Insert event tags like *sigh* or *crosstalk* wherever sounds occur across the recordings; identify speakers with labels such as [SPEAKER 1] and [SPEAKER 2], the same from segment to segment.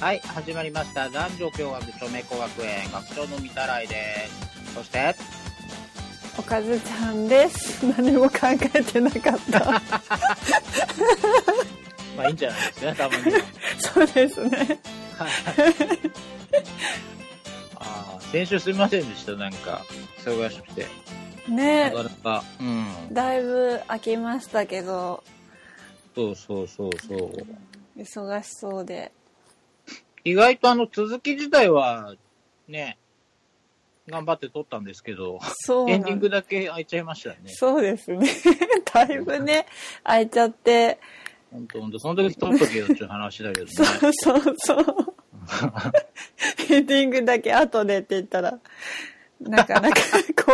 [SPEAKER 1] はい、始まりました。男女共学著名工学園学長の見たらいです。そして、
[SPEAKER 2] おかずちゃんです。 *laughs* 何も考えてなか
[SPEAKER 1] *laughs*
[SPEAKER 2] った。
[SPEAKER 1] まあいいんじゃないですか *laughs* ね、多分ね。
[SPEAKER 2] そうですね。
[SPEAKER 1] あー先週すみませんでした、なんか、忙しくて。な
[SPEAKER 2] ね
[SPEAKER 1] か、なか。うん。
[SPEAKER 2] だいぶ空きましたけど、
[SPEAKER 1] そうそうそうそう。
[SPEAKER 2] 忙しそうで。
[SPEAKER 1] 意外とあの続き自体は、ね、頑張って撮ったんですけど、
[SPEAKER 2] そう
[SPEAKER 1] エ
[SPEAKER 2] な
[SPEAKER 1] ン
[SPEAKER 2] ん
[SPEAKER 1] ディングだけ開いちゃいましたね。
[SPEAKER 2] そうですね。 *laughs* だいぶね、空いちゃって。
[SPEAKER 1] ほんとほんと、その時撮っとけよっていう話だけどね。
[SPEAKER 2] そうそうそう。ミーティングだけ後でって言ったら、なか
[SPEAKER 1] *laughs*
[SPEAKER 2] なか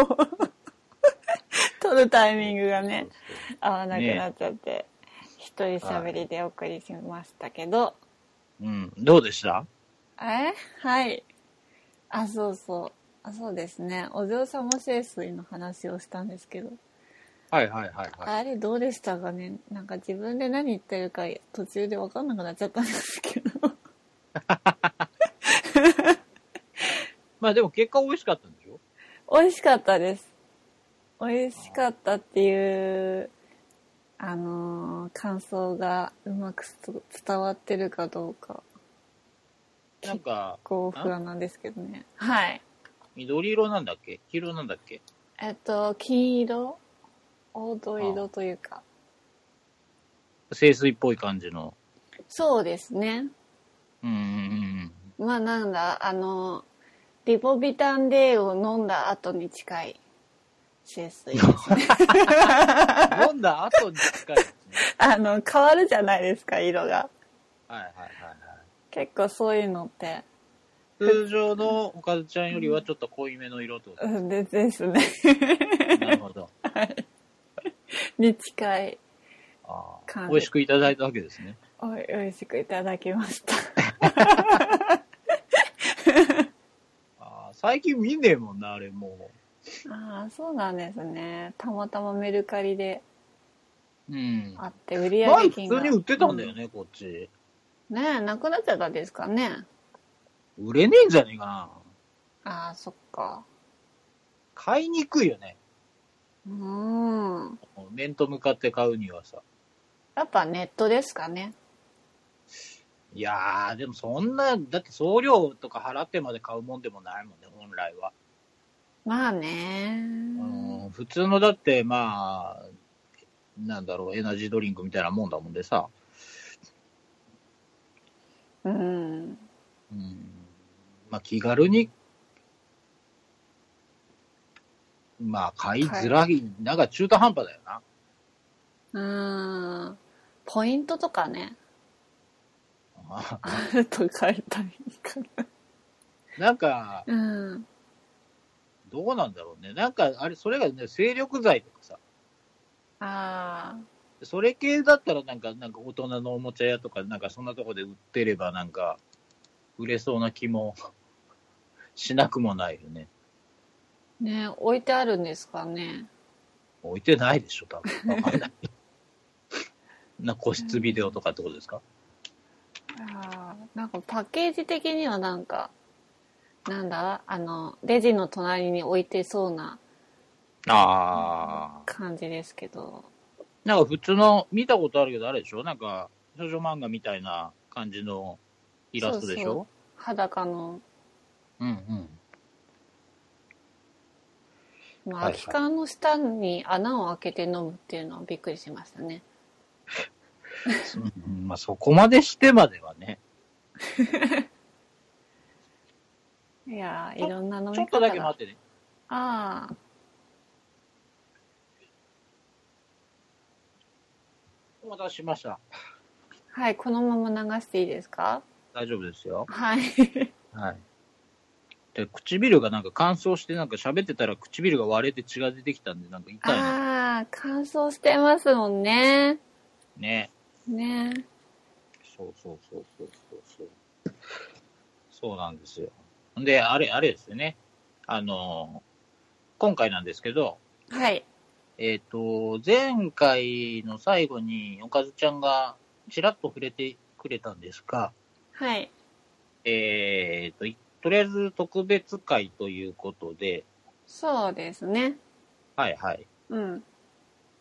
[SPEAKER 2] こう、撮るタイミングがね、合わなくなっちゃって、一人喋りでお送りしましたけど、
[SPEAKER 1] うん。どうでした
[SPEAKER 2] えはい。あ、そうそう。あ、そうですね。お嬢様清水の話をしたんですけど。
[SPEAKER 1] はいはいはいはい。
[SPEAKER 2] あれどうでしたかねなんか自分で何言ってるか途中で分かんなくなっちゃったんですけど。 *laughs*
[SPEAKER 1] まあでも結果美味しかったんでしょ
[SPEAKER 2] 美味しかったです。美味しかったっていう、あのー感想がうまくつ伝わってるかどうか、
[SPEAKER 1] なんか、
[SPEAKER 2] こう不安なんですけどね。はい。
[SPEAKER 1] 緑色なんだっけ黄色なんだっけ
[SPEAKER 2] えっと、金色黄土色というか。
[SPEAKER 1] 清水っぽい感じの。
[SPEAKER 2] そうですね。
[SPEAKER 1] うんうんうん
[SPEAKER 2] まあなんだあのリポビタン D を飲んだ後に近い清水
[SPEAKER 1] *laughs*
[SPEAKER 2] ですね
[SPEAKER 1] うん。飲んだ後に近いですね。
[SPEAKER 2] あの変わるじゃないですか色が
[SPEAKER 1] はいはいはいはい。
[SPEAKER 2] 結構そういうのって、
[SPEAKER 1] 通常のおかずちゃんよりはちょっと濃いめの色ってこと
[SPEAKER 2] うん、でですね *laughs*
[SPEAKER 1] *laughs* なるほど。
[SPEAKER 2] に近い
[SPEAKER 1] あ
[SPEAKER 2] 感
[SPEAKER 1] ー
[SPEAKER 2] じ
[SPEAKER 1] 美味しくいただいたわけですね。
[SPEAKER 2] おい美味しくいただき
[SPEAKER 1] *laughs*
[SPEAKER 2] ました
[SPEAKER 1] あー最近見ねえもんな、あれも
[SPEAKER 2] ああそうなんですねたまたまメルカリで
[SPEAKER 1] う。うん。
[SPEAKER 2] あって売り上
[SPEAKER 1] 前
[SPEAKER 2] げ
[SPEAKER 1] 普
[SPEAKER 2] 金
[SPEAKER 1] 通
[SPEAKER 2] が
[SPEAKER 1] に売ってたんだよね、こっち。
[SPEAKER 2] うんねえなくなっちゃったんですかね
[SPEAKER 1] 売れねえんじゃねえかな。
[SPEAKER 2] ああそっか
[SPEAKER 1] 買いにくいよね。
[SPEAKER 2] うん
[SPEAKER 1] 面と向かって買うにはさ。
[SPEAKER 2] やっぱネットですかね
[SPEAKER 1] いやー、でもそんな、だって送料とか払ってまで買うもんでもないもんね、本来は。
[SPEAKER 2] まあね
[SPEAKER 1] うん、普通のだって、まあ、なんだろう、エナジードリンクみたいなもんだもんでさ。
[SPEAKER 2] うん。
[SPEAKER 1] うん、まあ気軽に、まあ買いづらい、なんか中途半端だよな。
[SPEAKER 2] うん。ポイントとかね、
[SPEAKER 1] あ
[SPEAKER 2] あると買いたいから。
[SPEAKER 1] なんか、
[SPEAKER 2] うん。
[SPEAKER 1] どうなんだろうね。なんか、あれ、それがね、精力剤とかさ、
[SPEAKER 2] ああ。
[SPEAKER 1] それ系だったらなんか、なんか大人のおもちゃ屋とか、なんかそんなとこで売ってればなんか、売れそうな気もしなくもないよね。
[SPEAKER 2] ね置いてあるんですかね。
[SPEAKER 1] 置いてないでしょ、多分。わかんない。 *laughs* な、個室ビデオとかってことですか
[SPEAKER 2] ああ。なんかパッケージ的にはなんか、なんだ、あの、レジの隣に置いてそうな
[SPEAKER 1] ああ。
[SPEAKER 2] 感じですけど。
[SPEAKER 1] なんか普通の、見たことあるけど、あれでしょなんか、少女漫画みたいな感じのイラストでし
[SPEAKER 2] そう
[SPEAKER 1] ょ
[SPEAKER 2] 裸の、
[SPEAKER 1] うんうん。
[SPEAKER 2] まあ、
[SPEAKER 1] はいはい
[SPEAKER 2] 空き缶の下に穴を開けて飲むっていうのはびっくりしましたね。
[SPEAKER 1] うんまあそこまでしてまではね。
[SPEAKER 2] いやー
[SPEAKER 1] ちょ
[SPEAKER 2] いろんな飲み方が
[SPEAKER 1] ちょっとだけ待ってね。
[SPEAKER 2] ああ。
[SPEAKER 1] お待たせしました。
[SPEAKER 2] はい、このまま流していいですか
[SPEAKER 1] 大丈夫ですよ。
[SPEAKER 2] はい。
[SPEAKER 1] はい。で、唇がなんか乾燥して、なんか喋ってたら唇が割れて血が出てきたんで、なんか痛いな。
[SPEAKER 2] ああ、乾燥してますもんね。
[SPEAKER 1] ね。
[SPEAKER 2] ね。
[SPEAKER 1] そうそうそうそうそうそう。そうなんですよ。で、あれ、あれですよね。あの、今回なんですけど、
[SPEAKER 2] はい。
[SPEAKER 1] えっ、と、前回の最後に、おかずちゃんがちらっと触れてくれたんですが、
[SPEAKER 2] はい。
[SPEAKER 1] えーと、いとりあえず特別会ということで、
[SPEAKER 2] そうですね。
[SPEAKER 1] はいはい。
[SPEAKER 2] うん。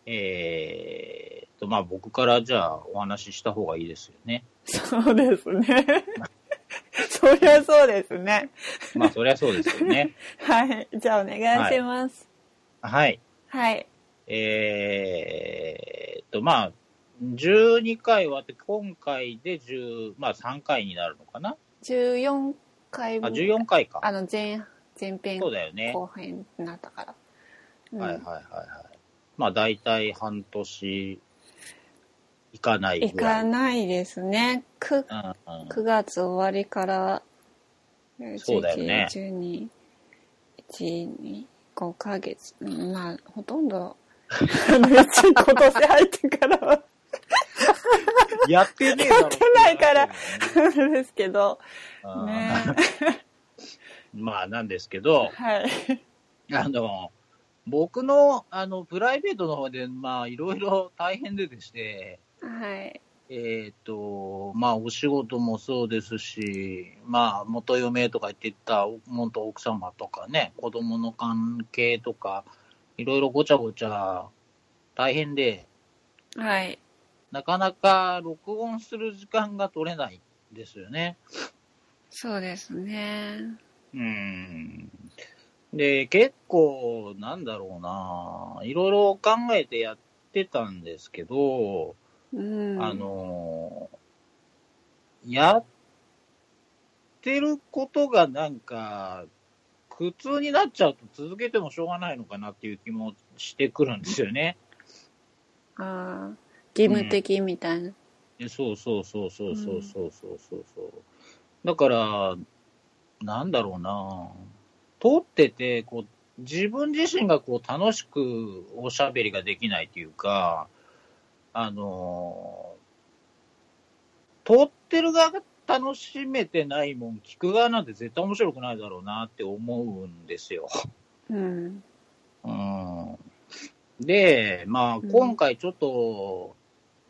[SPEAKER 1] えーと、まあ僕からじゃあお話しした方がいいですよね。
[SPEAKER 2] *laughs* そうですね。 *laughs* そりゃそうですね。
[SPEAKER 1] まあそりゃそうですよ
[SPEAKER 2] *laughs*
[SPEAKER 1] ね。
[SPEAKER 2] はい。じゃあお願いします。
[SPEAKER 1] はい。
[SPEAKER 2] はい。
[SPEAKER 1] えーと、まあ、12回終わって、今回で10、まあ3回になるのかな
[SPEAKER 2] 14回
[SPEAKER 1] あ、
[SPEAKER 2] 分
[SPEAKER 1] 14回か。
[SPEAKER 2] あの前、前編
[SPEAKER 1] そうだよね。
[SPEAKER 2] 後編になったから。うん
[SPEAKER 1] はいはいはいはい。まあ大体半年いかない
[SPEAKER 2] 行
[SPEAKER 1] ぐら
[SPEAKER 2] か
[SPEAKER 1] い。
[SPEAKER 2] ないですね。9
[SPEAKER 1] うんうん
[SPEAKER 2] 9月終わりから、11
[SPEAKER 1] そうだよね
[SPEAKER 2] 12、1、2、5ヶ月。うんまあ、ほとんど、あの、うち今年入ってからは、
[SPEAKER 1] やってねえだろ。やって
[SPEAKER 2] *laughs* ないからですけど、
[SPEAKER 1] うん。
[SPEAKER 2] ね。
[SPEAKER 1] まあなんですけど、
[SPEAKER 2] はい。
[SPEAKER 1] *laughs* あの、僕の、あの、プライベートの方で、まあ、いろいろ大変でですね、
[SPEAKER 2] はい。
[SPEAKER 1] えっ、と、まあ、お仕事もそうですし、まあ、元嫁とか言ってた元奥様とかね、子供の関係とか、いろいろごちゃごちゃ大変で、
[SPEAKER 2] はい。
[SPEAKER 1] なかなか録音する時間が取れないんですよね。
[SPEAKER 2] そうですね。
[SPEAKER 1] うん。で、結構、なんだろうな、いろいろ考えてやってたんですけど、
[SPEAKER 2] うん。
[SPEAKER 1] あ、のーやってることがなんか、苦痛になっちゃうと続けてもしょうがないのかなっていう気もしてくるんですよね。
[SPEAKER 2] あー義務的みたいな。
[SPEAKER 1] えそうそうそうそうそうそうそうそうそう、だから、なんだろうな撮ってて、こう、自分自身がこう楽しくおしゃべりができないというか、あのー撮ってる側が楽しめてないもん、聞く側なんて絶対面白くないだろうなって思うんですよ。
[SPEAKER 2] うん。
[SPEAKER 1] うんで、まあ、
[SPEAKER 2] ん
[SPEAKER 1] 今回ちょっと、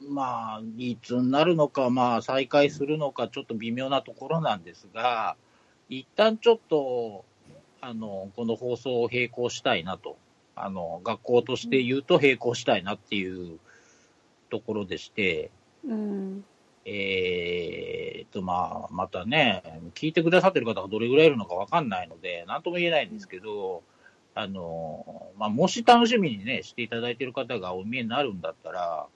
[SPEAKER 1] まあ、いつになるのか、まあ、再開するのか、ちょっと微妙なところなんですが、一旦ちょっと、あの、この放送を並行したいなと、あの、学校として言うと並行したいなっていうところでして、
[SPEAKER 2] うん。
[SPEAKER 1] えー、と、まあ、またね、聞いてくださってる方がどれぐらいいるのかわかんないので、なんとも言えないんですけど、あの、まあ、もし楽しみにね、していただいてる方がお見えになるんだったら、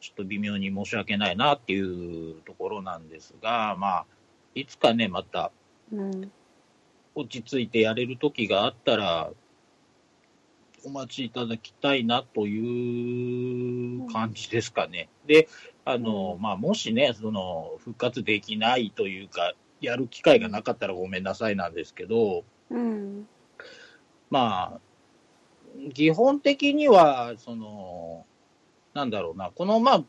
[SPEAKER 1] ちょっと微妙に申し訳ないなっていうところなんですが、まあ、いつかね、また
[SPEAKER 2] うん。
[SPEAKER 1] 落ち着いてやれる時があったら、お待ちいただきたいなという感じですかね。で、あの、まあ、もしね、その、復活できないというか、やる機会がなかったらごめんなさいなんですけど、
[SPEAKER 2] うん。
[SPEAKER 1] まあ、基本的には、その、なんだろうな、この、まあ、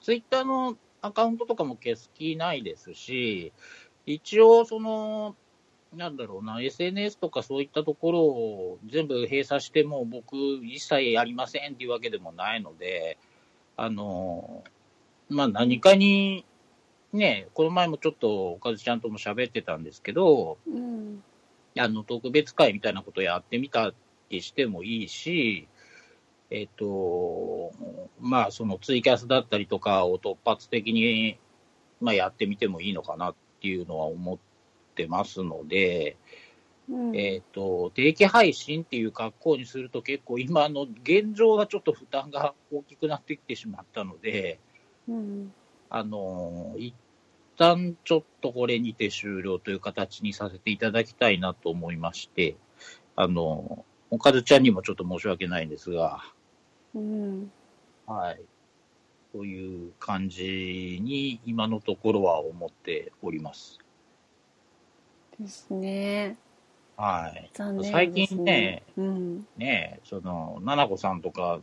[SPEAKER 1] ツイッターのアカウントとかも消す気ないですし、一応、その、なんだろうな、SNS とかそういったところを全部閉鎖しても、僕、一切やりませんっていうわけでもないので、あの、まあ、何かに、ね、この前もちょっと、おかずちゃんとも喋ってたんですけど、
[SPEAKER 2] うん。
[SPEAKER 1] あの、特別会みたいなことやってみたりしてもいいし、えっと、まあ、そのツイキャスだったりとかを突発的に、まあ、やってみてもいいのかなっていうのは思ってますので、
[SPEAKER 2] うん。
[SPEAKER 1] えっと、定期配信っていう格好にすると結構今の現状がちょっと負担が大きくなってきてしまったので、
[SPEAKER 2] うん。
[SPEAKER 1] あの、一旦ちょっとこれにて終了という形にさせていただきたいなと思いまして、あの、おかずちゃんにもちょっと申し訳ないんですが、
[SPEAKER 2] うん。
[SPEAKER 1] はい。という感じに今のところは思っております。
[SPEAKER 2] ですね。
[SPEAKER 1] はい。
[SPEAKER 2] 残念です、ね。
[SPEAKER 1] 最近ね。
[SPEAKER 2] うん。
[SPEAKER 1] ねえ、その、ななこさんとか、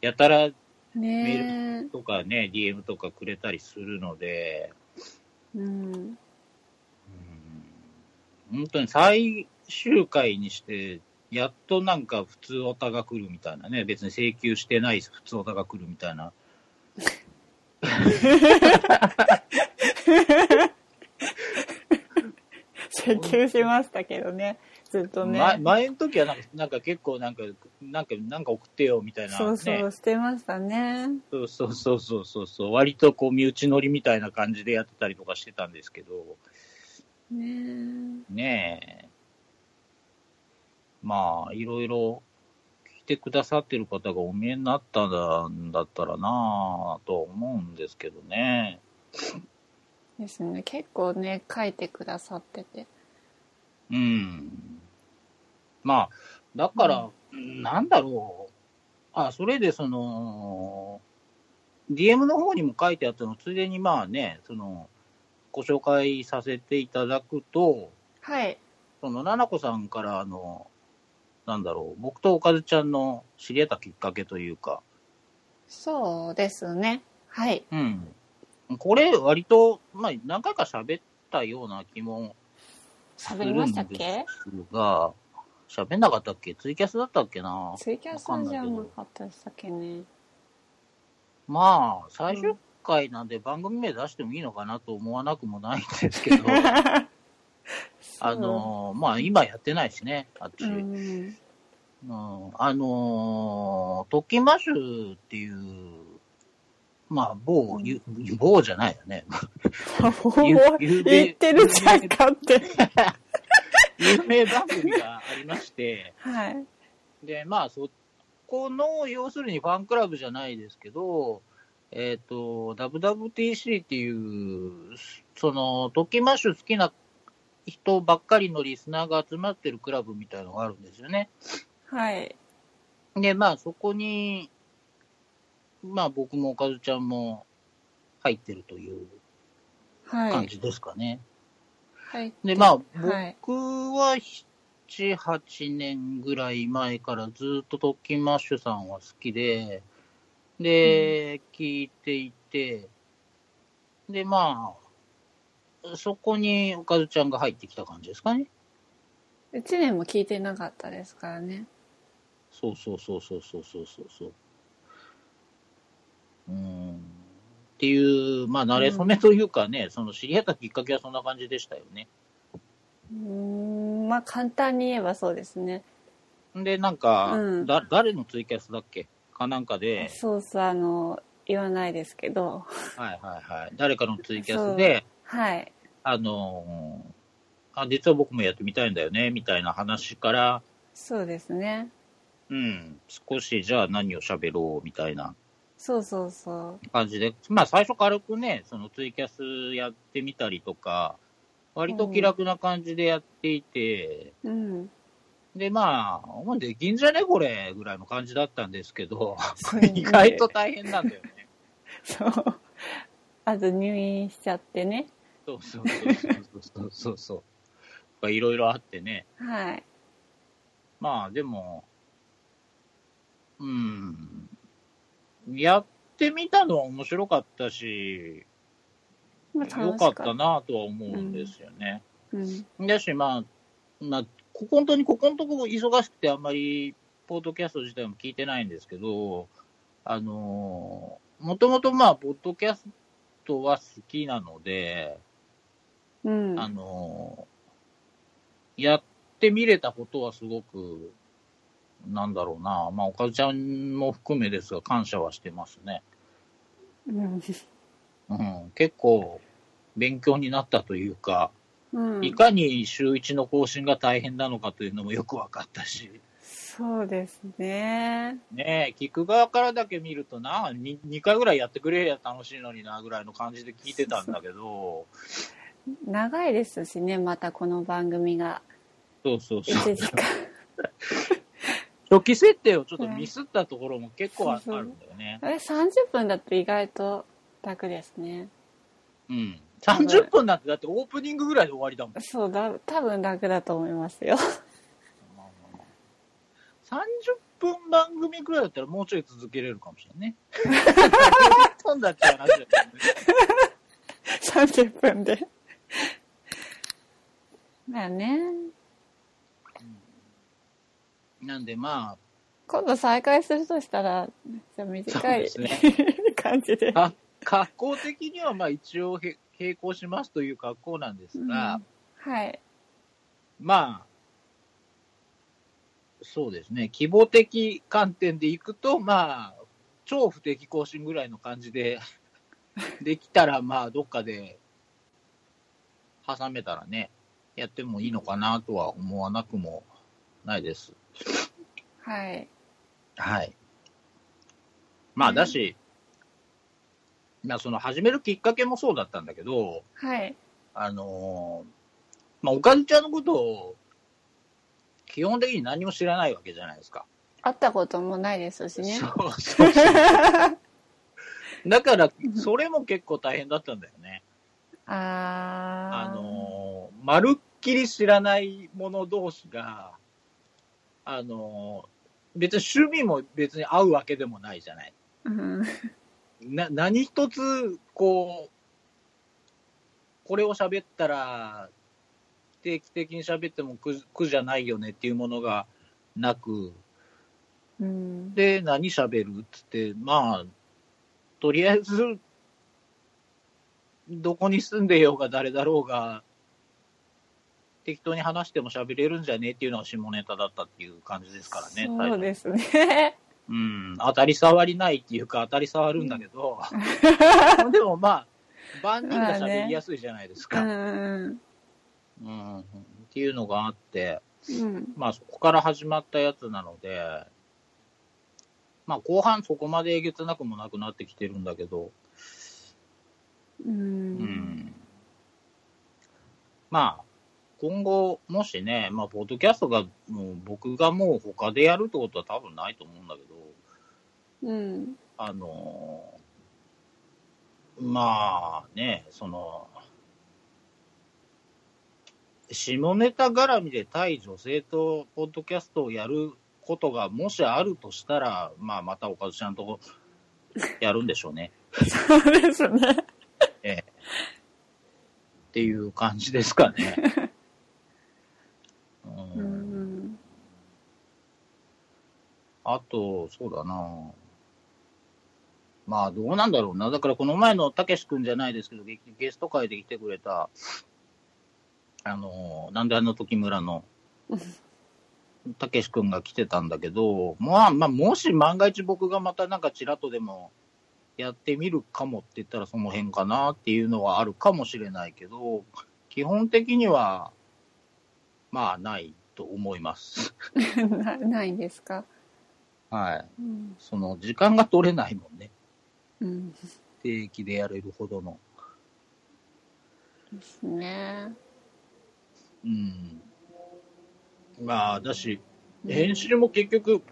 [SPEAKER 1] やたら
[SPEAKER 2] ね
[SPEAKER 1] とかね、DM とかくれたりするので、
[SPEAKER 2] え。うん。
[SPEAKER 1] うん本当に最終回にして、やっとなんか普通オタが来るみたいなね、別に請求してない普通オタが来るみたいな。
[SPEAKER 2] 脱臼しましたけどね。ずっとね。
[SPEAKER 1] ま、前の時はなんか、なんか結構なんか、なんか、なんか送ってよみたいな、ね。
[SPEAKER 2] そうそう、してましたね。
[SPEAKER 1] そうそうそうそうそうそう。割とこう、身内乗りみたいな感じでやってたりとかしてたんですけど。
[SPEAKER 2] ね
[SPEAKER 1] ねえ。まあ、いろいろ来てくださってる方がお見えになったんだったらなぁと思うんですけどね。
[SPEAKER 2] え。ですね。結構ね、書いてくださってて。
[SPEAKER 1] うん。まあ、だから、なんだろう。あ、それでその、DM の方にも書いてあったの、ついでにまあね、その、ご紹介させていただくと、
[SPEAKER 2] はい。
[SPEAKER 1] その、ななこさんから、あの、なんだろう、僕とおかずちゃんの知り合ったきっかけというか、
[SPEAKER 2] そうですね。はい。
[SPEAKER 1] うん。これ、割と、まあ、何回か喋ったような気もす
[SPEAKER 2] 喋
[SPEAKER 1] る
[SPEAKER 2] り
[SPEAKER 1] ん
[SPEAKER 2] ま
[SPEAKER 1] で
[SPEAKER 2] したっけ
[SPEAKER 1] すが、喋んなかったっけツイキャスだったっけな
[SPEAKER 2] ツイキャスじゃなかったでしたっけね。
[SPEAKER 1] まあ、最終回なんで番組名出してもいいのかなと思わなくもないんですけど、あのーまあ今やってないしね、あっち。
[SPEAKER 2] う
[SPEAKER 1] うん
[SPEAKER 2] ん、
[SPEAKER 1] あのー、トッキンマッシュっていう、まあ某、ゆ某じゃないよね。ゆ
[SPEAKER 2] *laughs* 言ってるじゃんかって。
[SPEAKER 1] 有名番組がありまして、
[SPEAKER 2] はい。
[SPEAKER 1] で、まあそこの、要するにファンクラブじゃないですけど、えっ、と、WWTC っていう、その、トッキンマッシュ好きな人ばっかりのリスナーが集まってるクラブみたいのがあるんですよね。
[SPEAKER 2] はい。
[SPEAKER 1] で、まあそこに、まあ僕もおかずちゃんも入ってるという
[SPEAKER 2] は
[SPEAKER 1] 感
[SPEAKER 2] い。
[SPEAKER 1] じですかね。
[SPEAKER 2] はい。
[SPEAKER 1] で、まあ
[SPEAKER 2] はい
[SPEAKER 1] 僕は7、8年ぐらい前からずっと特勤マッシュさんは好きで、で、聞いていて、で、まあ、そこにおかずちゃんが入ってきた感じですかね。
[SPEAKER 2] 1年も聞いてなかったですからね。
[SPEAKER 1] そうそうそうそうそうそうそうそう。うーん。っていう、まあ、慣れ初めというかね、その知り合ったきっかけはそんな感じでしたよね。
[SPEAKER 2] うーん、まあ簡単に言えばそうですね。
[SPEAKER 1] で、なんか、
[SPEAKER 2] うん
[SPEAKER 1] だ誰のツイキャスだっけかなんか *laughs* で、
[SPEAKER 2] そうそう、あの、言わないですけど。
[SPEAKER 1] はいはいはい。誰かのツイキャスで、
[SPEAKER 2] はい。
[SPEAKER 1] あのーあ、実は僕もやってみたいんだよね、みたいな話から、
[SPEAKER 2] そうですね。
[SPEAKER 1] うん、少しじゃあ何を喋ろう、みたいな
[SPEAKER 2] そうそうそ
[SPEAKER 1] 感じで、まあ最初軽くね、そのツイキャスやってみたりとか、割と気楽な感じでやっていて、
[SPEAKER 2] う。うん。
[SPEAKER 1] でまあ、ほんできんじゃねこれぐらいの感じだったんですけど、
[SPEAKER 2] そうね
[SPEAKER 1] 意外と大変なんだよね。
[SPEAKER 2] そう。あと入院しちゃってね。
[SPEAKER 1] そうそうそうそうそうそうそう。いろいろあってね。
[SPEAKER 2] はい。
[SPEAKER 1] まあでも、うん、やってみたのは面白かったし、
[SPEAKER 2] まあ
[SPEAKER 1] 良
[SPEAKER 2] 楽
[SPEAKER 1] かっ
[SPEAKER 2] しか
[SPEAKER 1] た
[SPEAKER 2] っ
[SPEAKER 1] なとは思うんですよね。
[SPEAKER 2] た。うん。
[SPEAKER 1] だし、まあ、まあ、ここ本当にここのとこ忙しくて、あんまり、ポッドキャスト自体も聞いてないんですけど、あのー、もともとまあ、ポッドキャストは好きなので、
[SPEAKER 2] うん。
[SPEAKER 1] あのー、やってみれたことはすごく、なんだろうな、まあ、おかずちゃんも含めですが、感謝はしてますね。
[SPEAKER 2] うん。
[SPEAKER 1] うん、結構、勉強になったというか、
[SPEAKER 2] うん
[SPEAKER 1] いかに週一の更新が大変なのかというのもよく分かったし、
[SPEAKER 2] そうですね。
[SPEAKER 1] ねえ、聞く側からだけ見るとな、2, 回ぐらいやってくれりゃ楽しいのになぐらいの感じで聞いてたんだけど、
[SPEAKER 2] 長いですしね、またこの番組が。
[SPEAKER 1] そうそうそう。
[SPEAKER 2] 1時間。
[SPEAKER 1] 初期設定をちょっとミスったところも結構あ
[SPEAKER 2] そうそう
[SPEAKER 1] あるんだよね。
[SPEAKER 2] あれ30分だと意外と楽ですね。
[SPEAKER 1] うん。30分なんてだってオープニングぐらいで終わりだもん。
[SPEAKER 2] そうだ、多分楽だと思いますよ。
[SPEAKER 1] 30分番組ぐらいだったらもうちょい続けれるかもしれ *laughs* ないね。飛んだって話だよね。
[SPEAKER 2] 30分で。まあね。
[SPEAKER 1] なんでま
[SPEAKER 2] 今度再開するとしたら、じゃあ短い、
[SPEAKER 1] そうで
[SPEAKER 2] 感じで。
[SPEAKER 1] あ、あ格好的にはまあ一応へ並行しますという格好なんですが、
[SPEAKER 2] はい。
[SPEAKER 1] まあ、そうですね、希望的観点でいくと、まあ、超不適更新ぐらいの感じ *laughs* でできたら、まあ、どっかで、挟めたらね、やってもいいのかなとは思わなくもないです。
[SPEAKER 2] はい。
[SPEAKER 1] はい。まあ、だし、まあ、その始めるきっかけもそうだったんだけど、
[SPEAKER 2] はい。
[SPEAKER 1] あのーまあ、おかずちゃんのことを、基本的に何も知らないわけじゃないですか。
[SPEAKER 2] 会ったこともないですしね
[SPEAKER 1] そ。うそうそう。だから、それも結構大変だったんだよね。あ
[SPEAKER 2] あー。
[SPEAKER 1] のー、まるっきり知らない者同士が、あのー、別に趣味も別に合うわけでもないじゃない。
[SPEAKER 2] うん、
[SPEAKER 1] な、何一つ、こう、これを喋ったら、定期的に喋っても苦苦じゃないよねっていうものがなく、
[SPEAKER 2] うん。
[SPEAKER 1] で、何喋るっつって、まあ、とりあえず、どこに住んでようが誰だろうが、適当に話しても喋れるんじゃねえっていうのが下ネタだったっていう感じですからね。最
[SPEAKER 2] そ
[SPEAKER 1] 初
[SPEAKER 2] うですね。
[SPEAKER 1] うん、当たり障りないっていうか当たり障るんだけど、でもまあ、万人が喋りやすいじゃないです
[SPEAKER 2] う
[SPEAKER 1] か。
[SPEAKER 2] んうん
[SPEAKER 1] うん、っていうのがあって、
[SPEAKER 2] うん。
[SPEAKER 1] まあそこから始まったやつなので、まあ後半そこまでえげつなくもなくなってきてるんだけど、
[SPEAKER 2] う。
[SPEAKER 1] うんん。まあ、今後、もしね、まあ、ポッドキャストが、もう僕がもう他でやるってことは多分ないと思うんだけど、
[SPEAKER 2] うん。
[SPEAKER 1] あのーまあね、その、下ネタ絡みで対女性とポッドキャストをやることがもしあるとしたら、まあまたおかずちゃんとこやるんでしょうね。
[SPEAKER 2] そうですね。
[SPEAKER 1] っていう感じですかね。う、
[SPEAKER 2] うんん。
[SPEAKER 1] あと、そうだなまあどうなんだろうな。だからこの前のたけし君じゃないですけど、ゲゲスト会で来てくれた、あの、なんであの時村の
[SPEAKER 2] うん、
[SPEAKER 1] たけし君が来てたんだけど、まあまあ、もし万が一僕がまたなんかちらっとでもやってみるかもって言ったらその辺かなっていうのはあるかもしれないけど、基本的には、まあないと思います。
[SPEAKER 2] なないんですか。
[SPEAKER 1] はい。
[SPEAKER 2] うん。
[SPEAKER 1] その時間が取れないもんね。
[SPEAKER 2] うん。
[SPEAKER 1] 定期でやれるほどの。
[SPEAKER 2] ですね。
[SPEAKER 1] うん。まあ、だし、
[SPEAKER 2] うん
[SPEAKER 1] 編集も結局、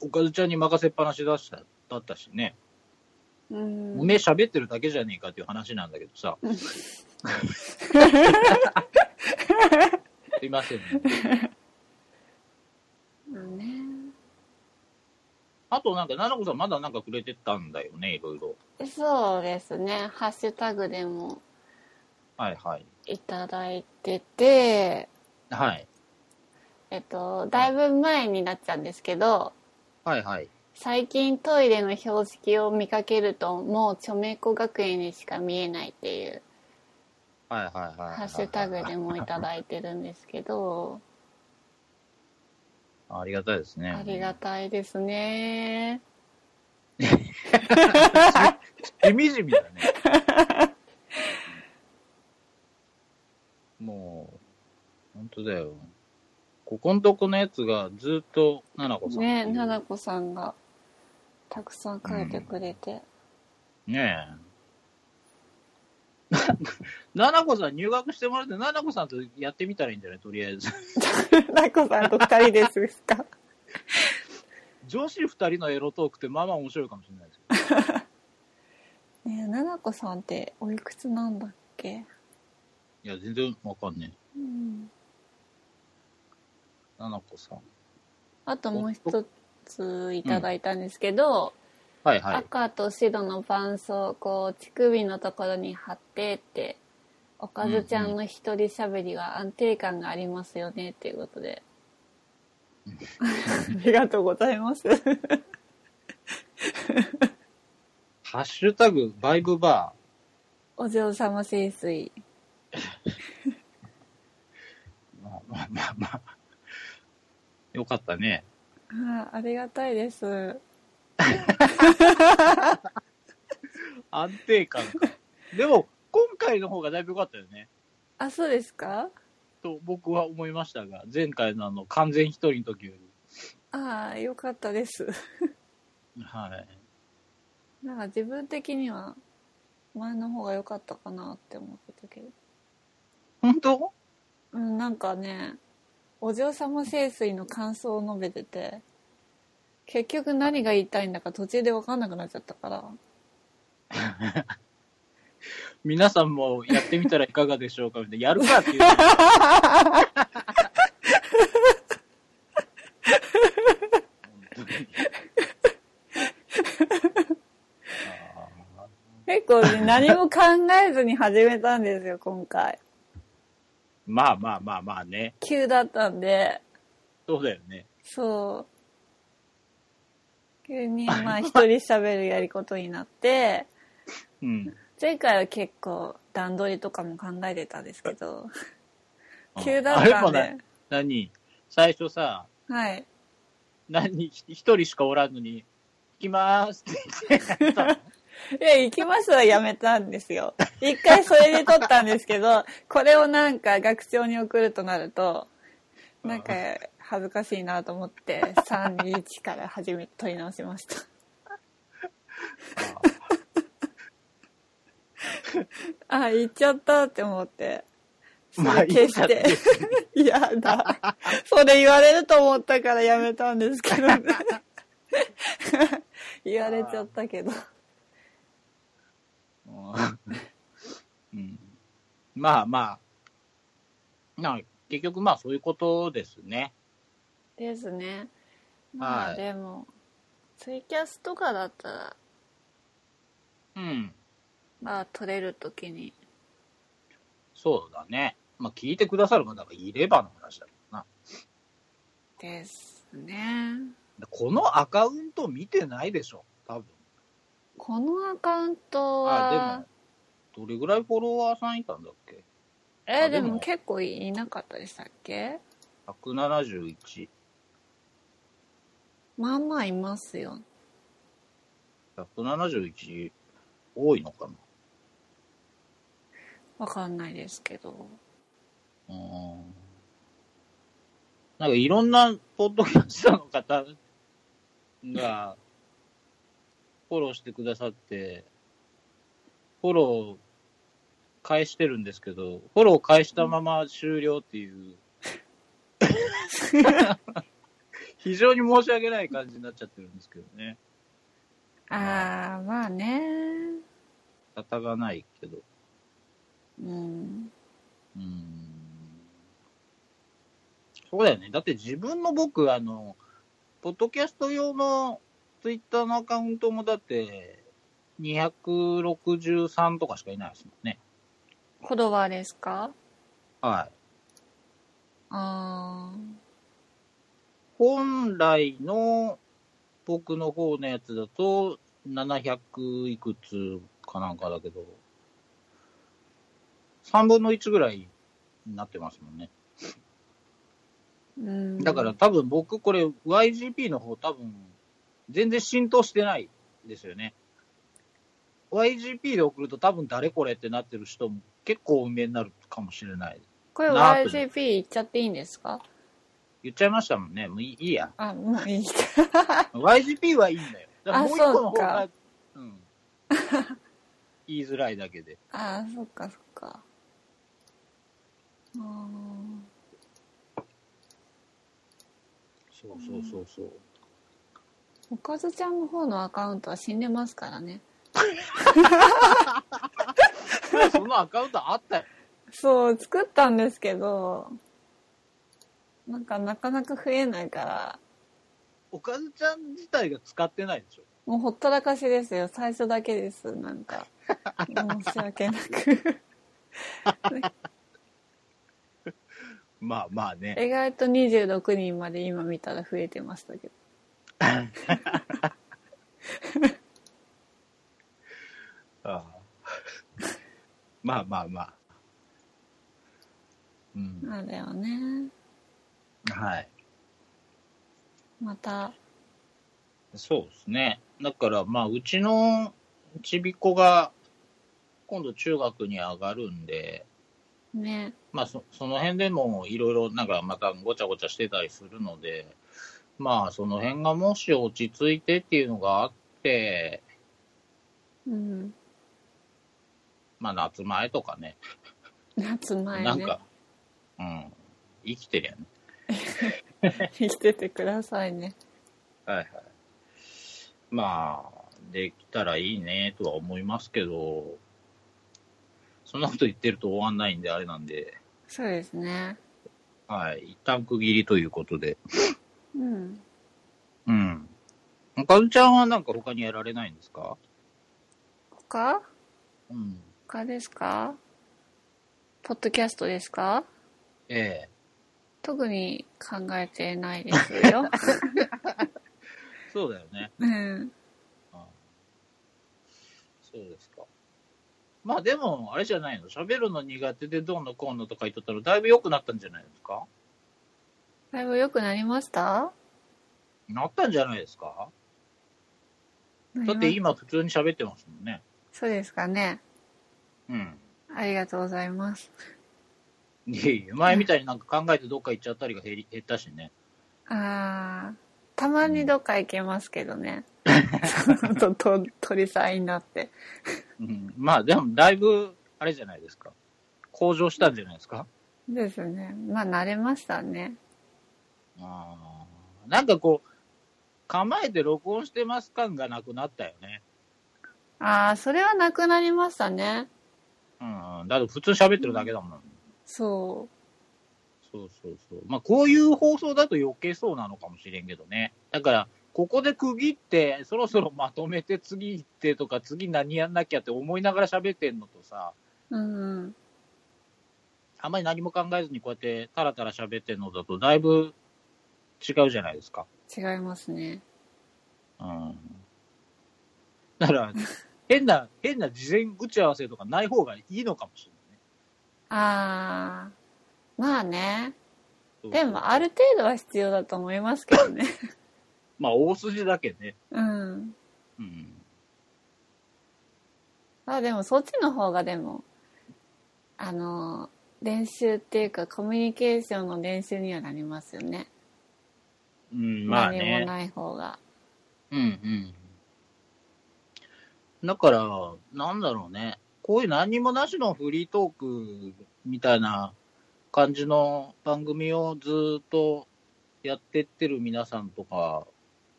[SPEAKER 1] おかずちゃんに任せっぱなしだした、だったしね。
[SPEAKER 2] うん。
[SPEAKER 1] おめえ喋ってるだけじゃねえかっていう話なんだけどさ。 *laughs* すいませんね、
[SPEAKER 2] うんね。
[SPEAKER 1] あとなんか、ななこさんまだなんかくれてたんだよね、いろいろ。
[SPEAKER 2] そうですね。ハッシュタグでも
[SPEAKER 1] はいはい。
[SPEAKER 2] いただいてて、
[SPEAKER 1] はい。
[SPEAKER 2] えっと、だいぶ前になっちゃうんですけど、
[SPEAKER 1] はいはい。
[SPEAKER 2] 最近トイレの標識を見かけるともう著名子学園にしか見えないっていう
[SPEAKER 1] はいはいはい。
[SPEAKER 2] ハッシュタグでもいただいてるんですけど、
[SPEAKER 1] ありがたいですね。
[SPEAKER 2] ありがたいですね。
[SPEAKER 1] しみじみだね。もう、本当だよ。ここんとこのやつがずっと、ななこさん。
[SPEAKER 2] ね、ななこさんがたくさん書いてくれ *laughs* て。
[SPEAKER 1] ねえ。 *laughs* ななこさん入学してもらって、ななこさんとやってみたらいいんじゃないとりあえず。 *laughs*
[SPEAKER 2] ななこさんと二人ですですか
[SPEAKER 1] 女子二人のエロトークってまあまあ面白いかもしれないですけど。
[SPEAKER 2] ねななこさんっておいくつなんだっけ
[SPEAKER 1] いや、全然わかんね
[SPEAKER 2] うん。
[SPEAKER 1] え。ななこさん。
[SPEAKER 2] あともう一ついただいたんですけど、
[SPEAKER 1] はいはい。
[SPEAKER 2] 赤と白のパンツをこう乳首のところに貼ってっておかずちゃんの一人しゃべりは安定感がありますよねっていうことで、 *laughs* ありがとうござい *laughs* ます
[SPEAKER 1] ハッシュタグ、バイブバー。
[SPEAKER 2] お嬢様清水
[SPEAKER 1] まあまあまあ。よかったね。
[SPEAKER 2] ああありがたいです。
[SPEAKER 1] 安定感か。でも、今回の方がだいぶ良かったよね。
[SPEAKER 2] あ、そうですか
[SPEAKER 1] と僕は思いましたが、前回のあの、完全一人の時よ
[SPEAKER 2] ああ、よかったです。
[SPEAKER 1] り。はい。
[SPEAKER 2] なんか自分的には前の方が良かったかなって思ってたけど。
[SPEAKER 1] 本当
[SPEAKER 2] うん、なんかね、お嬢様聖水の感想を述べてて、結局何が言いたいんだか途中で分かんなくなっちゃったから。
[SPEAKER 1] 皆さんもやってみたらいかがでしょうかみたいな。やるかっていう。本当にあ
[SPEAKER 2] 結構ね、何も考えずに始めたんですよ、今
[SPEAKER 1] ー
[SPEAKER 2] 回。
[SPEAKER 1] まあまあまあまあね。
[SPEAKER 2] 急だったんで、
[SPEAKER 1] そうだよね。
[SPEAKER 2] そう。急 *laughs* に、まあ、一人喋るやりことになって、
[SPEAKER 1] うん。
[SPEAKER 2] 前回は結構段取りとかも考えてたんですけ *laughs* ど、急だ
[SPEAKER 1] あ
[SPEAKER 2] っ
[SPEAKER 1] れ
[SPEAKER 2] た
[SPEAKER 1] も
[SPEAKER 2] ん
[SPEAKER 1] な
[SPEAKER 2] で、
[SPEAKER 1] 何最初さ、
[SPEAKER 2] はい。
[SPEAKER 1] 何ひ一人しかおらんのに、行きまーすって言ってやったの。
[SPEAKER 2] *laughs* いや、行きますはやめたんですよ。一回それで撮ったんですけど、これをなんか学長に送るとなると、なんか恥ずかしいなと思って、3、1から始め、撮り直しました。 *laughs* あ、行っちゃったって思って。そ
[SPEAKER 1] まあ
[SPEAKER 2] れ消し
[SPEAKER 1] 行っちゃって
[SPEAKER 2] て。いやだ。それ言われると思ったからやめたんですけど *laughs* ね。言われちゃったけど。
[SPEAKER 1] うんまあまあ、な結局まあそういうことですね。
[SPEAKER 2] ですね。ま
[SPEAKER 1] は
[SPEAKER 2] あ
[SPEAKER 1] い
[SPEAKER 2] でも、ツイキャスとかだったら、
[SPEAKER 1] うん、
[SPEAKER 2] まあ撮れるときに。
[SPEAKER 1] そうだね。まあ聞いてくださる方がいればの話だけどな。
[SPEAKER 2] ですね。
[SPEAKER 1] このアカウント見てないでしょ、多分。
[SPEAKER 2] このアカウント
[SPEAKER 1] あ
[SPEAKER 2] は、、
[SPEAKER 1] でも、どれぐらいフォロワーさんいたんだっけ
[SPEAKER 2] え、で
[SPEAKER 1] でも
[SPEAKER 2] も結構いなかったでしたっけ
[SPEAKER 1] ?171。
[SPEAKER 2] まあまあいますよ。
[SPEAKER 1] 171多いのかな
[SPEAKER 2] わかんないですけど。
[SPEAKER 1] うんなんかいろんなポッドキャスターの方がフォローしてくださって、フォロー返してるんですけど、フォロー返したまま終了っていう、 *laughs* 非常に申し訳ない感じになっちゃってるんですけどね。
[SPEAKER 2] ああ、まあね。
[SPEAKER 1] 仕方がないけど。
[SPEAKER 2] うん。
[SPEAKER 1] うーんそうだよね。だって自分の僕、あの、ポッドキャスト用のツイッターのアカウントもだって、263とかしかいないですもんね。
[SPEAKER 2] フォロワーですか
[SPEAKER 1] はい。
[SPEAKER 2] あー
[SPEAKER 1] 本来の僕の方のやつだと、700いくつかなんかだけど、3分の1ぐらいになってますもんね。
[SPEAKER 2] うん。
[SPEAKER 1] だから、多分僕これ YGP の方多分全然浸透してないですよね。YGP で送ると多分誰これってなってる人も結構多めになるかもしれない。
[SPEAKER 2] これ
[SPEAKER 1] なーと
[SPEAKER 2] YGP 言っちゃっていいんですか
[SPEAKER 1] 言っちゃいましたもんね。もういいいいや。
[SPEAKER 2] あ、まあいいか。
[SPEAKER 1] YGP はいいんだよ。だから
[SPEAKER 2] あ
[SPEAKER 1] もう一個の
[SPEAKER 2] そう
[SPEAKER 1] 方が
[SPEAKER 2] か、
[SPEAKER 1] うん。 *laughs* 言いづらいだけで。
[SPEAKER 2] *laughs* ああ、そっかそっか。あー
[SPEAKER 1] そうそうそうそう。
[SPEAKER 2] おかずちゃんの方のアカウントは死んでますからね。
[SPEAKER 1] そのアカウントあったよ。
[SPEAKER 2] そう、作ったんですけど、なんかなかなか増えないから、
[SPEAKER 1] おかずちゃん自体が使ってないでしょ。
[SPEAKER 2] もうほったらかしですよ。最初だけです。なんか。申し訳な
[SPEAKER 1] *laughs*
[SPEAKER 2] く。
[SPEAKER 1] まあまあね。
[SPEAKER 2] 意外と26人まで今見たら増えてましたけど。
[SPEAKER 1] ああまあまあまあ。うん。
[SPEAKER 2] あれはね。
[SPEAKER 1] はい。
[SPEAKER 2] また、
[SPEAKER 1] そうですね。だから、まあ、うちのちびっ子が、今度中学に上がるんで、
[SPEAKER 2] ね。
[SPEAKER 1] まあ、そその辺でもいろいろなんかまたごちゃごちゃしてたりするので、まあ、その辺がもし落ち着いてっていうのがあって、
[SPEAKER 2] うん。
[SPEAKER 1] まあ、夏前とかね、
[SPEAKER 2] 夏前ね。
[SPEAKER 1] なんか、うん、生きてるやん、ね。
[SPEAKER 2] 生きててくださいね。
[SPEAKER 1] はいはい。まあ、できたらいいねとは思いますけど、そんなこと言ってると終わんないんであれなんで、
[SPEAKER 2] そうですね。
[SPEAKER 1] はい、一旦区切りということで。
[SPEAKER 2] うん。
[SPEAKER 1] うん。かずちゃんはなんか他にやられないんですか
[SPEAKER 2] 他
[SPEAKER 1] うん。
[SPEAKER 2] 他ですかポッドキャストですか
[SPEAKER 1] ええ。
[SPEAKER 2] 特に考えてないです
[SPEAKER 1] *laughs*
[SPEAKER 2] よ。
[SPEAKER 1] そうだよね。
[SPEAKER 2] うん。
[SPEAKER 1] うんそうですか。まあでも、あれじゃないの。喋るの苦手でどうのこうのとか言っとったらだいぶ良くなったんじゃないですか
[SPEAKER 2] だいぶ良くなりました
[SPEAKER 1] なったんじゃないですかだ
[SPEAKER 2] な
[SPEAKER 1] って
[SPEAKER 2] りま
[SPEAKER 1] 今普通に喋ってますもんね。
[SPEAKER 2] そうですかね。
[SPEAKER 1] うん。
[SPEAKER 2] ありがとうございます。
[SPEAKER 1] いえいえ前みたいになんか考えてどっか行っちゃったりが減り減ったしね。
[SPEAKER 2] あーたまにどっか行けますけどね。 *laughs* とと鳥さんになって。
[SPEAKER 1] うん。まあでも、だいぶ、あれじゃないですか。向上したんじゃないですか
[SPEAKER 2] ですね。まあ慣れましたね。
[SPEAKER 1] あーなんかこう、構えて録音してます感がなくなったよね。
[SPEAKER 2] ああ、それはなくなりましたね。
[SPEAKER 1] うんうん。だって普通喋ってるだけだもん。
[SPEAKER 2] そ
[SPEAKER 1] そうそうそう。まあ、こういう放送だと余計そうなのかもしれんけどね。だから、ここで区切って、そろそろまとめて次行ってとか、次何やんなきゃって思いながら喋ってんのとさ、
[SPEAKER 2] う。うん。
[SPEAKER 1] あんまり何も考えずにこうやってタラタラ喋ってんのだと、だいぶ違うじゃないですか。
[SPEAKER 2] 違いますね。
[SPEAKER 1] うん。だ
[SPEAKER 2] *laughs*
[SPEAKER 1] から、変な、変な事前打ち合わせとかない方がいいのかもしれないね
[SPEAKER 2] ああ、まあね。
[SPEAKER 1] そうそう。
[SPEAKER 2] でもある程度は必要だと思いますけどね。
[SPEAKER 1] まあ、大筋だけね。
[SPEAKER 2] うん。
[SPEAKER 1] うん。
[SPEAKER 2] まあでもそっちの方がでも、あの、練習っていうかコミュニケーションの練習にはなりますよね。
[SPEAKER 1] うん、まあね。
[SPEAKER 2] 何もない方が。 *laughs*
[SPEAKER 1] うんうん。だから、なんだろうね。こういう何にもなしのフリートークみたいな感じの番組をずっとやってってる皆さんとか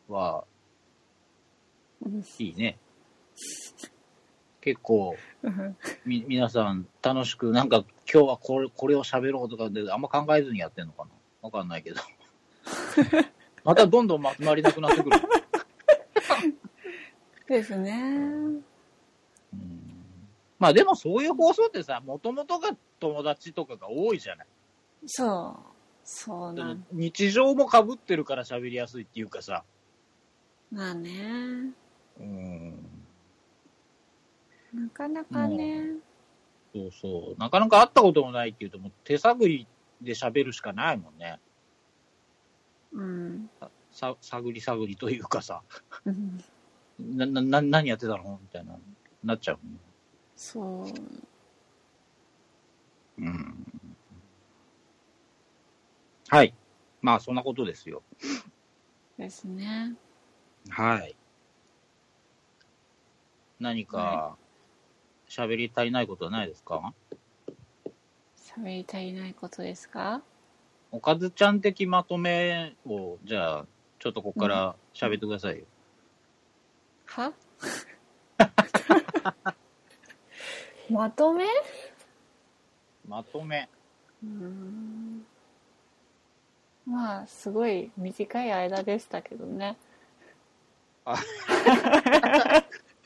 [SPEAKER 1] は
[SPEAKER 2] うん
[SPEAKER 1] いいね。結構み、皆さん楽しく、なんか今日はこれこれを喋ろうとかであんま考えずにやってんのかなわかんないけど。またどんどんまとまりなくなってくる。
[SPEAKER 2] ですね。
[SPEAKER 1] まあでもそういう放送ってさ、もともとが友達とかが多いじゃない。
[SPEAKER 2] そう。そうなん。
[SPEAKER 1] 日常も被ってるから喋りやすいっていうかさ。
[SPEAKER 2] まあね。
[SPEAKER 1] うん。
[SPEAKER 2] なかなかね。
[SPEAKER 1] そうそう。なかなか会ったこともないっていうと、もう手探りで喋るしかないもんね。
[SPEAKER 2] うん。 *laughs*
[SPEAKER 1] さ探り探りというかさ、
[SPEAKER 2] うん
[SPEAKER 1] な、な、な何やってたのみたいな、なっちゃうもんね。
[SPEAKER 2] そう。
[SPEAKER 1] うん。はい。まあそんなことですよ。
[SPEAKER 2] ですね。
[SPEAKER 1] はい。何か、喋り足りないことはないですか
[SPEAKER 2] 喋り足りないことですか
[SPEAKER 1] おかずちゃん的まとめを、じゃあ、ちょっとここから喋ってくださいよ。
[SPEAKER 2] は *laughs*
[SPEAKER 1] *laughs*
[SPEAKER 2] まとめ
[SPEAKER 1] まとめ。
[SPEAKER 2] うーんまあすごい短い間でしたけどね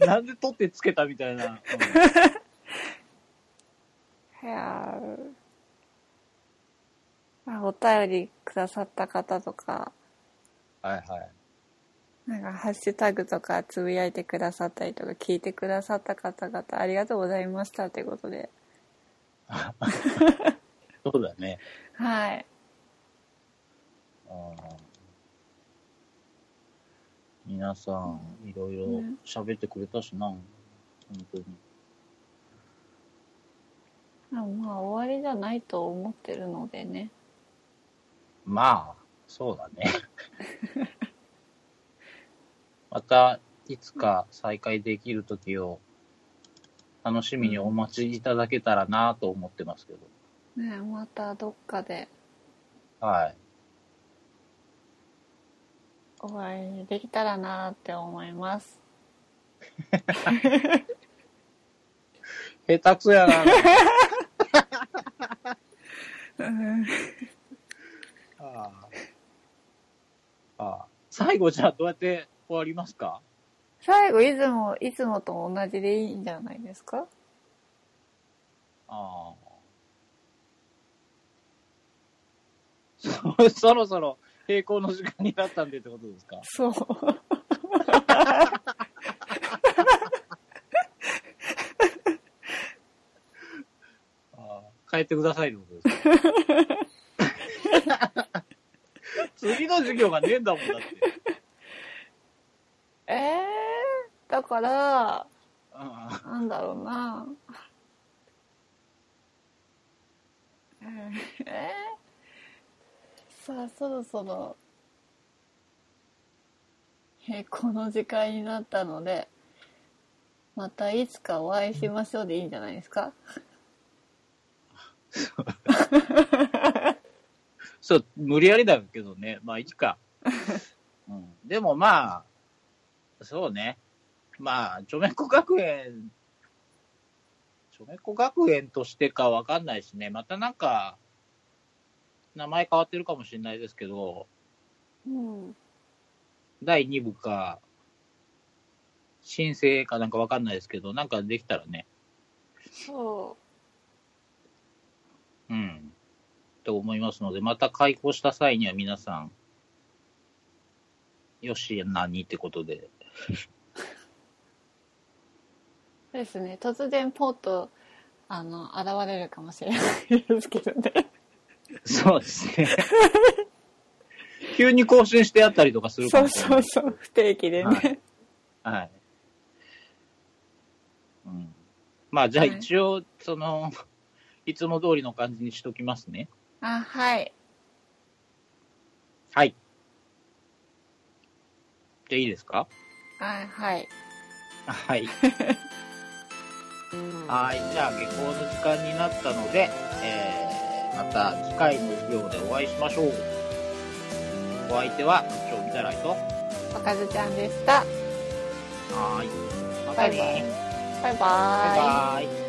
[SPEAKER 1] なんで取ってつけたみたい *laughs* な。
[SPEAKER 2] いやーまあお便りくださった方とか
[SPEAKER 1] はいはい。
[SPEAKER 2] なんかハッシュタグとかつぶやいてくださったりとか聞いてくださった方々ありがとうございましたってことで
[SPEAKER 1] そうだね。
[SPEAKER 2] はい
[SPEAKER 1] 皆さん、いろいろ喋ってくれたしな、本当に。
[SPEAKER 2] まあまあ、終わりじゃないと思ってるのでね。
[SPEAKER 1] まあ、そうだね。また、いつか再会できる時を、楽しみにお待ちいただけたらなと思ってますけど。
[SPEAKER 2] ねえまたどっかで
[SPEAKER 1] はい。
[SPEAKER 2] お会いできたらなって思い *laughs* ます。
[SPEAKER 1] 下手くそやな。
[SPEAKER 2] うん
[SPEAKER 1] ああああ最後じゃあどうやって終わりますか
[SPEAKER 2] 最後、いつも、いつもと同じでいいんじゃないですか
[SPEAKER 1] ああそ *laughs* そろそろ平行の時間になったんでってことですか
[SPEAKER 2] そう。
[SPEAKER 1] ああ帰ってくださいってことですか *laughs* 次の授業がねえんだもんだって。
[SPEAKER 2] ええー、だから、
[SPEAKER 1] あ
[SPEAKER 2] なんだろうな。 *laughs* うんえー、さあ、そろそろ、えーこの時間になったので、またいつかお会いしましょうでいいんじゃないですか
[SPEAKER 1] あ *laughs* そう、無理やりだけどね。まあいいか。うん、でもまあ、そうね。まあ、ちょめっこ学園、ちょめっこ学園としてかわかんないしね。またなんか、名前変わってるかもしれないですけど、
[SPEAKER 2] うん。
[SPEAKER 1] 第2部か、新生かなんかわかんないですけど、なんかできたらね、
[SPEAKER 2] そ
[SPEAKER 1] うん、と思いますので、また開校した際には皆さん、よし、何ってこと
[SPEAKER 2] *laughs*
[SPEAKER 1] で。
[SPEAKER 2] うですね。突然ポッと、あの、現れるかもしれないですけどね。
[SPEAKER 1] そうですね。 *laughs* 急に更新してあったりとかするか
[SPEAKER 2] そ
[SPEAKER 1] もしれな
[SPEAKER 2] うそう
[SPEAKER 1] い。
[SPEAKER 2] そう。不定期でね。
[SPEAKER 1] はいはい。うん。まあ、じゃあ
[SPEAKER 2] はい
[SPEAKER 1] 一応、その、 *laughs* いつも通りの感じにしときますね。
[SPEAKER 2] あ、はい。
[SPEAKER 1] はい。で、いいですか
[SPEAKER 2] あ、はい。
[SPEAKER 1] はい。はい。じゃあ、下校の時間になったので、えー、また次回の授業でお会いしましょう。お相手は、今日見たらいと。
[SPEAKER 2] おかずちゃんでした。
[SPEAKER 1] はーい。ま
[SPEAKER 2] バ
[SPEAKER 1] た
[SPEAKER 2] イバイ
[SPEAKER 1] ね。。
[SPEAKER 2] バイバイ。
[SPEAKER 1] バイバイ。